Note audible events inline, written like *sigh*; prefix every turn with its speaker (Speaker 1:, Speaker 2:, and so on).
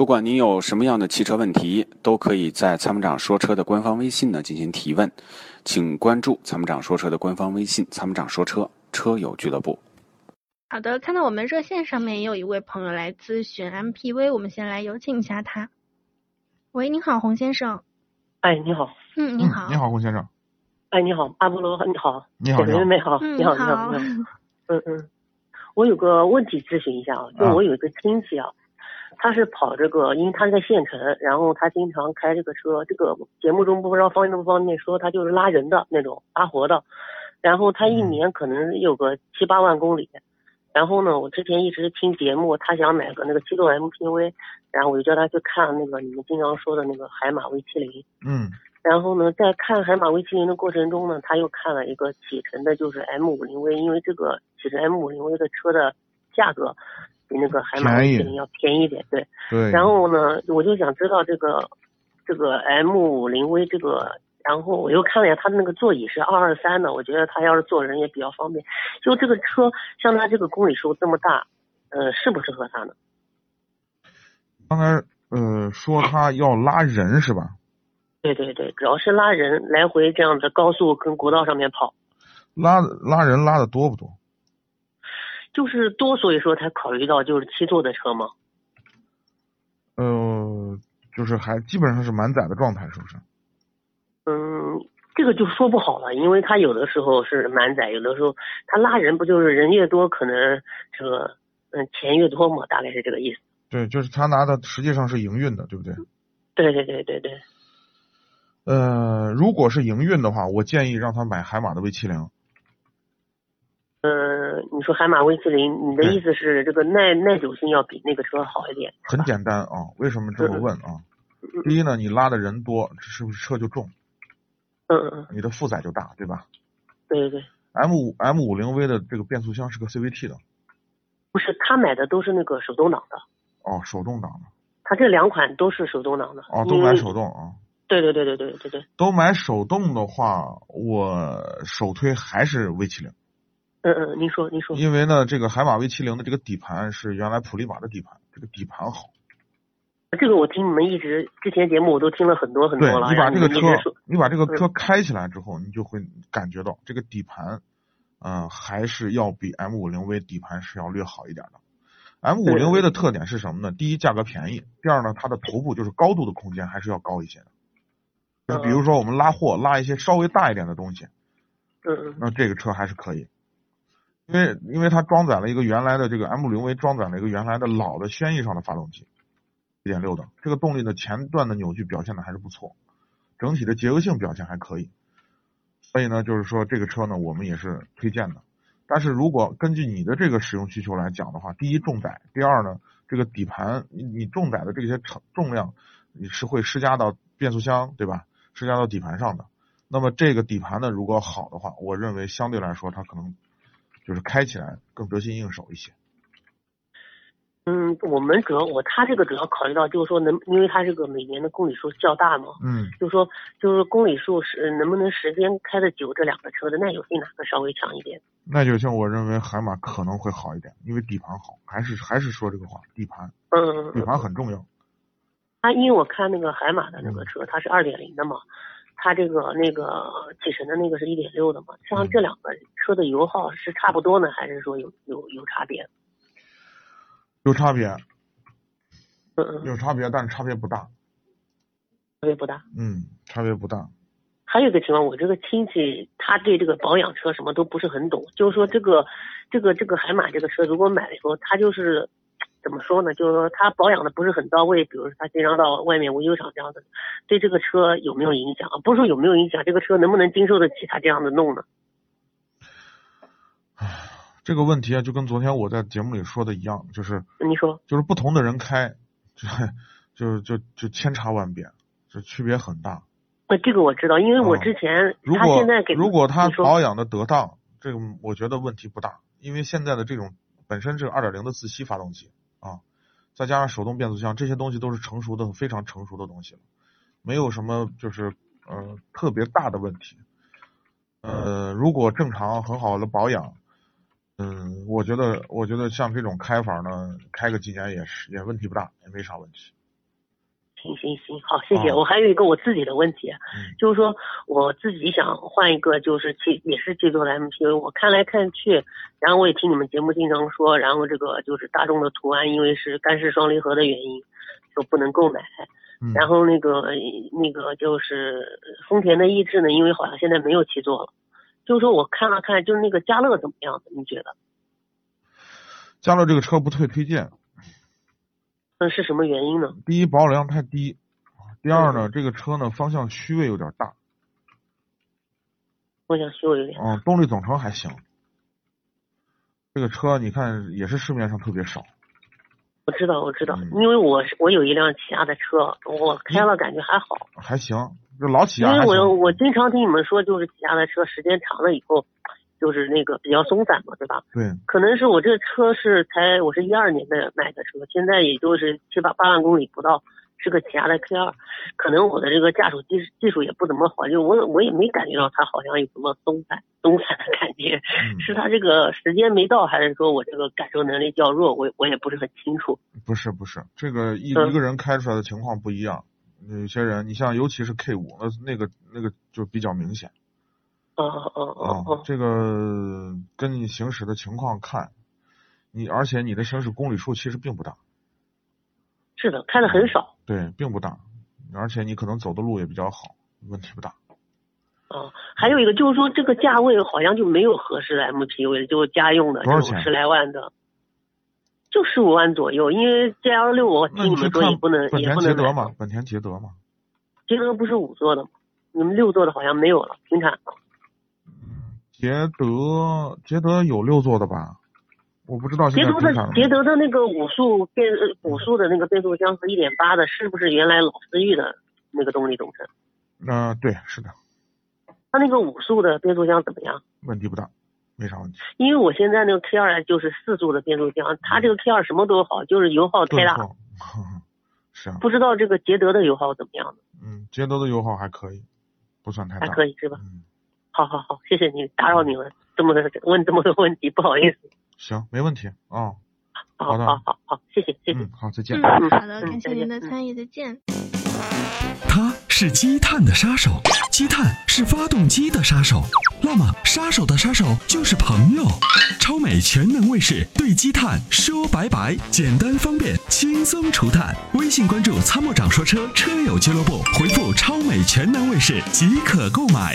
Speaker 1: 不管您有什么样的汽车问题，都可以在参谋长说车的官方微信呢进行提问，请关注参谋长说车的官方微信“参谋长说车车友俱乐部
Speaker 2: 好的，看到我们热线上面也有一位朋友来咨询 MPV，我们先来有请一下他。喂，您好，洪先生。
Speaker 3: 哎，你好，
Speaker 2: 嗯，您好。
Speaker 4: 嗯你。好，洪先生。
Speaker 3: 哎，你好，阿波罗，你好，
Speaker 4: 你好，你好
Speaker 3: 妹。妹好，
Speaker 2: 嗯，
Speaker 3: 你好，你好，你好，嗯嗯，我有个问题咨询一下啊，就
Speaker 4: 啊
Speaker 3: 我有一个亲戚啊，他是跑这个，因为他在县城，然后他经常开这个车，这个节目中不知道方便不方便说，他就是拉人的那种拉活的，然后他一
Speaker 4: 嗯
Speaker 3: 年可能有个七八万公里，然后呢，我之前一直听节目，他想买个那个七座 MPV，然后我就叫他去看那个你们经常说的那个海马 V 七零，
Speaker 4: 嗯
Speaker 3: 然后呢，在看海马 V 七零的过程中呢，他又看了一个启辰的，就是 M 五零 V，因为这个启辰 M 五零 V 的车的价格比那个海马 V
Speaker 4: 便宜
Speaker 3: 七零要便宜一点，对。
Speaker 4: 对。
Speaker 3: 然后呢，我就想知道这个这个 M 五零 V 这个，然后我又看了一下它的那个座椅是二二三的，我觉得它要是坐人也比较方便。就这个车，像它这个公里数这么大，呃，适不适合它呢？
Speaker 4: 刚才呃说他要拉人是吧？
Speaker 3: 对对对，主要是拉人来回这样子高速跟国道上面跑。
Speaker 4: 拉拉人拉的多不多？
Speaker 3: 就是多，所以说才考虑到就是七座的车嘛。
Speaker 4: 呃，就是还基本上是满载的状态，是不是？
Speaker 3: 嗯，这个就说不好了，因为它有的时候是满载，有的时候它拉人不就是人越多，可能这个嗯钱越多嘛，大概是这个意思。
Speaker 4: 对，就是他拿的实际上是营运的，对不对？
Speaker 3: 对对对对对，
Speaker 4: 呃，如果是营运的话，我建议让他买海马的 V 七零。
Speaker 3: 呃，你说海马 V 七零，你的
Speaker 4: 对
Speaker 3: 意思是这个耐耐久性要比那个车好一点？
Speaker 4: 很简单啊，为什么这么问啊？第一呢，你拉的人多，是不是车就重，
Speaker 3: 嗯嗯嗯，
Speaker 4: 你的负载就大，对吧
Speaker 3: 对对对，
Speaker 4: ？M 五 M 五零 V 的这个变速箱是个 CVT 的，
Speaker 3: 不是他买的都是那个手动挡的，
Speaker 4: 哦，手动挡的，
Speaker 3: 他这两款都是手动挡的。
Speaker 4: 哦，都
Speaker 3: 因
Speaker 4: 买
Speaker 3: 为
Speaker 4: 手。动啊。
Speaker 3: 对对对对对对对，
Speaker 4: 都买手动的话，我首推还是 V 七零，
Speaker 3: 嗯嗯，您说您说，
Speaker 4: 因为呢，这个海马 V 七零的这个底盘是原来普利马的底盘，这个底盘好。
Speaker 3: 这个我听你们一直之前节目我都听了很多很多
Speaker 4: 对
Speaker 3: 了，
Speaker 4: 你把
Speaker 3: 然后
Speaker 4: 这个
Speaker 3: 们一
Speaker 4: 车
Speaker 3: 直说，
Speaker 4: 你把这个车开起来之后，你就会感觉到这个底盘，嗯、还是要比 M 五零 V 底盘是要略好一点的。M 五零 V 的特点是什么呢？第一，价格便宜；第二呢，它的头部就是高度的空间还是要高一些的。就是比如说我们拉货拉一些稍微大一点的东西，
Speaker 3: 嗯嗯
Speaker 4: 那这个车还是可以，因为因为它装载了一个原来的这个 M 零 V 装载了一个原来的老的轩逸上的发动机，一点六的，这个动力的前段的扭矩表现的还是不错，整体的结构性表现还可以，所以呢，就是说这个车呢，我们也是推荐的。但是如果根据你的这个使用需求来讲的话，第一重载，第二呢，这个底盘你你重载的这些重重量，你是会施加到变速箱对吧？施加到底盘上的。那么这个底盘呢，如果好的话，我认为相对来说它可能就是开起来更得心应手一些。
Speaker 3: 嗯，我们主要我他这个主要考虑到就是说能，因为他这个每年的公里数较大嘛，
Speaker 4: 嗯，
Speaker 3: 就是说就是公里数是能不能时间开的久，这两个车的耐久性哪个稍微强一点？
Speaker 4: 耐久性我认为海马可能会好一点，因为底盘好，还是还是说这个话，底盘
Speaker 3: 嗯嗯
Speaker 4: 底
Speaker 3: 嗯，
Speaker 4: 盘很重要。
Speaker 3: 他因为我看那个海马的那
Speaker 4: 嗯
Speaker 3: 个车，它是二点零的嘛，它这个那个启辰的那个是一点六的嘛，像
Speaker 4: 嗯
Speaker 3: 这两个车的油耗是差不多呢，还是说有有有差别？
Speaker 4: 有差别，
Speaker 3: 嗯嗯，
Speaker 4: 有差别，但是差别不大。
Speaker 3: 差别不大。
Speaker 4: 嗯，差别不大。
Speaker 3: 还有一个情况，我这个亲戚他对这个保养车什么都不是很懂，就是说这个这个这个海马这个车，如果买了以后，他就是怎么说呢？就是说他保养的不是很到位，比如说他经常到外面维修厂这样子，对这个车有没有影响？不是说有没有影响，这个车能不能经受得起他这样的弄呢？
Speaker 4: 这个问题啊，就跟昨天我在节目里说的一样，就是
Speaker 3: 你说，
Speaker 4: 就是不同的人开，就就就就千差万别，就区别很大。
Speaker 3: 那这个我知道，因为我之前、
Speaker 4: 嗯如
Speaker 3: 他
Speaker 4: 果
Speaker 3: 现在给
Speaker 4: 如果他
Speaker 3: 你说
Speaker 4: 保养的得当，这个我觉得问题不大，因为现在的这种本身这个二点零的自吸发动机啊，再加上手动变速箱，这些东西都是成熟的非常成熟的东西了，没有什么就是呃特别大的问题。呃，如果正常很好的保养，嗯，我觉得我觉得像这种开法呢，开个几年也是也问题不大，也没啥问题。
Speaker 3: 行行行，好，谢谢。
Speaker 4: 啊
Speaker 3: 我还有一个我自己的问题，啊
Speaker 4: 嗯
Speaker 3: 就是说我自己想换一个，就是七也是七座的 MPV，我看来看去，然后我也听你们节目经常说，然后这个就是大众的途安，因为是干式双离合的原因，就不能购买。
Speaker 4: 嗯，
Speaker 3: 然后那个那个就是丰田的逸致呢，因为好像现在没有七座了，就是说我看了看，就是那个嘉乐怎么样？你觉得？
Speaker 4: 加乐这个车不太推荐，啊
Speaker 3: 嗯，是什么原因呢？
Speaker 4: 第一保有量太低，啊第二
Speaker 3: 嗯
Speaker 4: 呢，这个车呢方向虚位有点大，
Speaker 3: 我想修一点。
Speaker 4: 嗯，动力总成还行。这个车你看也是市面上特别少，
Speaker 3: 我知道，我知道，
Speaker 4: 嗯
Speaker 3: 因为我是我有一辆起亚的车，我开了感觉还好。
Speaker 4: 还行，这老起
Speaker 3: 因
Speaker 4: 亚还
Speaker 3: 为
Speaker 4: 行。
Speaker 3: 我我经常听你们说，就是起亚的车时间长了以后，就是那个比较松散嘛，对吧？
Speaker 4: 对，
Speaker 3: 可能是我这车是才我是一二年的买的车，现在也就是七八八万公里不到，是个起亚的 K 二，可能我的这个驾驶技技术也不怎么好，就我我也没感觉到它好像有什么松散 *laughs* 松散的感觉，是
Speaker 4: 嗯，
Speaker 3: 它这个时间没到，还是说我这个感受能力较弱？我也我也不是很清楚。
Speaker 4: 不是不是，这个一、
Speaker 3: 嗯
Speaker 4: 一个人开出来的情况不一样。有些人，你像尤其是 K 五，那那个那个就比较明显
Speaker 3: 哦哦哦
Speaker 4: 啊、
Speaker 3: 哦，
Speaker 4: 这个跟你行驶的情况看，你而且你的行驶公里数其实并不大，
Speaker 3: 是的，开的很少。
Speaker 4: 对，并不大，而且你可能走的路也比较好，问题不大。
Speaker 3: 哦，还有一个就是说，这个价位好像就没有合适的 MPV，就是家用的，
Speaker 4: 多少
Speaker 3: 这种
Speaker 4: 钱啊
Speaker 3: 十来万的，就十五万左右。因为 GL 六我
Speaker 4: 那
Speaker 3: 听
Speaker 4: 你
Speaker 3: 你
Speaker 4: 去
Speaker 3: 们说也
Speaker 4: 看
Speaker 3: 不能，
Speaker 4: 本
Speaker 3: 也
Speaker 4: 田
Speaker 3: 不
Speaker 4: 捷
Speaker 3: 能
Speaker 4: 德
Speaker 3: 买
Speaker 4: 嘛，，本田捷德嘛，
Speaker 3: 捷德不是五座的吗？你们六座的好像没有了，停产
Speaker 4: 哦
Speaker 3: 了。
Speaker 4: 捷德捷德有六座的吧？我不知道
Speaker 3: 捷
Speaker 4: 现在
Speaker 3: 德
Speaker 4: 停产
Speaker 3: 的
Speaker 4: 了
Speaker 3: 捷
Speaker 4: 没。
Speaker 3: 德的那个五速变呃五速的那个变速箱和一点八的，是不是原来老思域的那个动力总成？
Speaker 4: 嗯、对，是的，
Speaker 3: 它那个五速的变速箱怎么样？
Speaker 4: 问题不大，没啥问题。
Speaker 3: 因为我现在那个 K 二就是四速的变速箱，它这个 K 二什么都好，就是油耗太
Speaker 4: 顿
Speaker 3: 大。
Speaker 4: 挫，是啊，
Speaker 3: 不知道这个捷德的油耗怎么样？
Speaker 4: 嗯，捷德的油耗还可以，不算太
Speaker 3: 还
Speaker 4: 大。
Speaker 3: 啊可以是吧？
Speaker 4: 嗯，
Speaker 3: 好好好，谢谢你打扰你了，这么问这么多问题，不好意思。
Speaker 4: 行，没问题啊、
Speaker 3: 好
Speaker 4: 好的
Speaker 3: 好好好，谢谢谢谢。
Speaker 4: 嗯，好，再见。
Speaker 2: 嗯，好的，
Speaker 3: 嗯
Speaker 2: 感谢
Speaker 3: 再
Speaker 2: 您
Speaker 3: 见
Speaker 2: 的
Speaker 3: 嗯
Speaker 2: 参与，再见。
Speaker 5: 它是积碳的杀手，积碳是发动机的杀手。那么，杀手的杀手就是朋友。超美全能卫士对积碳说拜拜，简单方便，轻松除碳。微信关注“参谋长说车”车友俱乐部，回复“超美全能卫士”即可购买。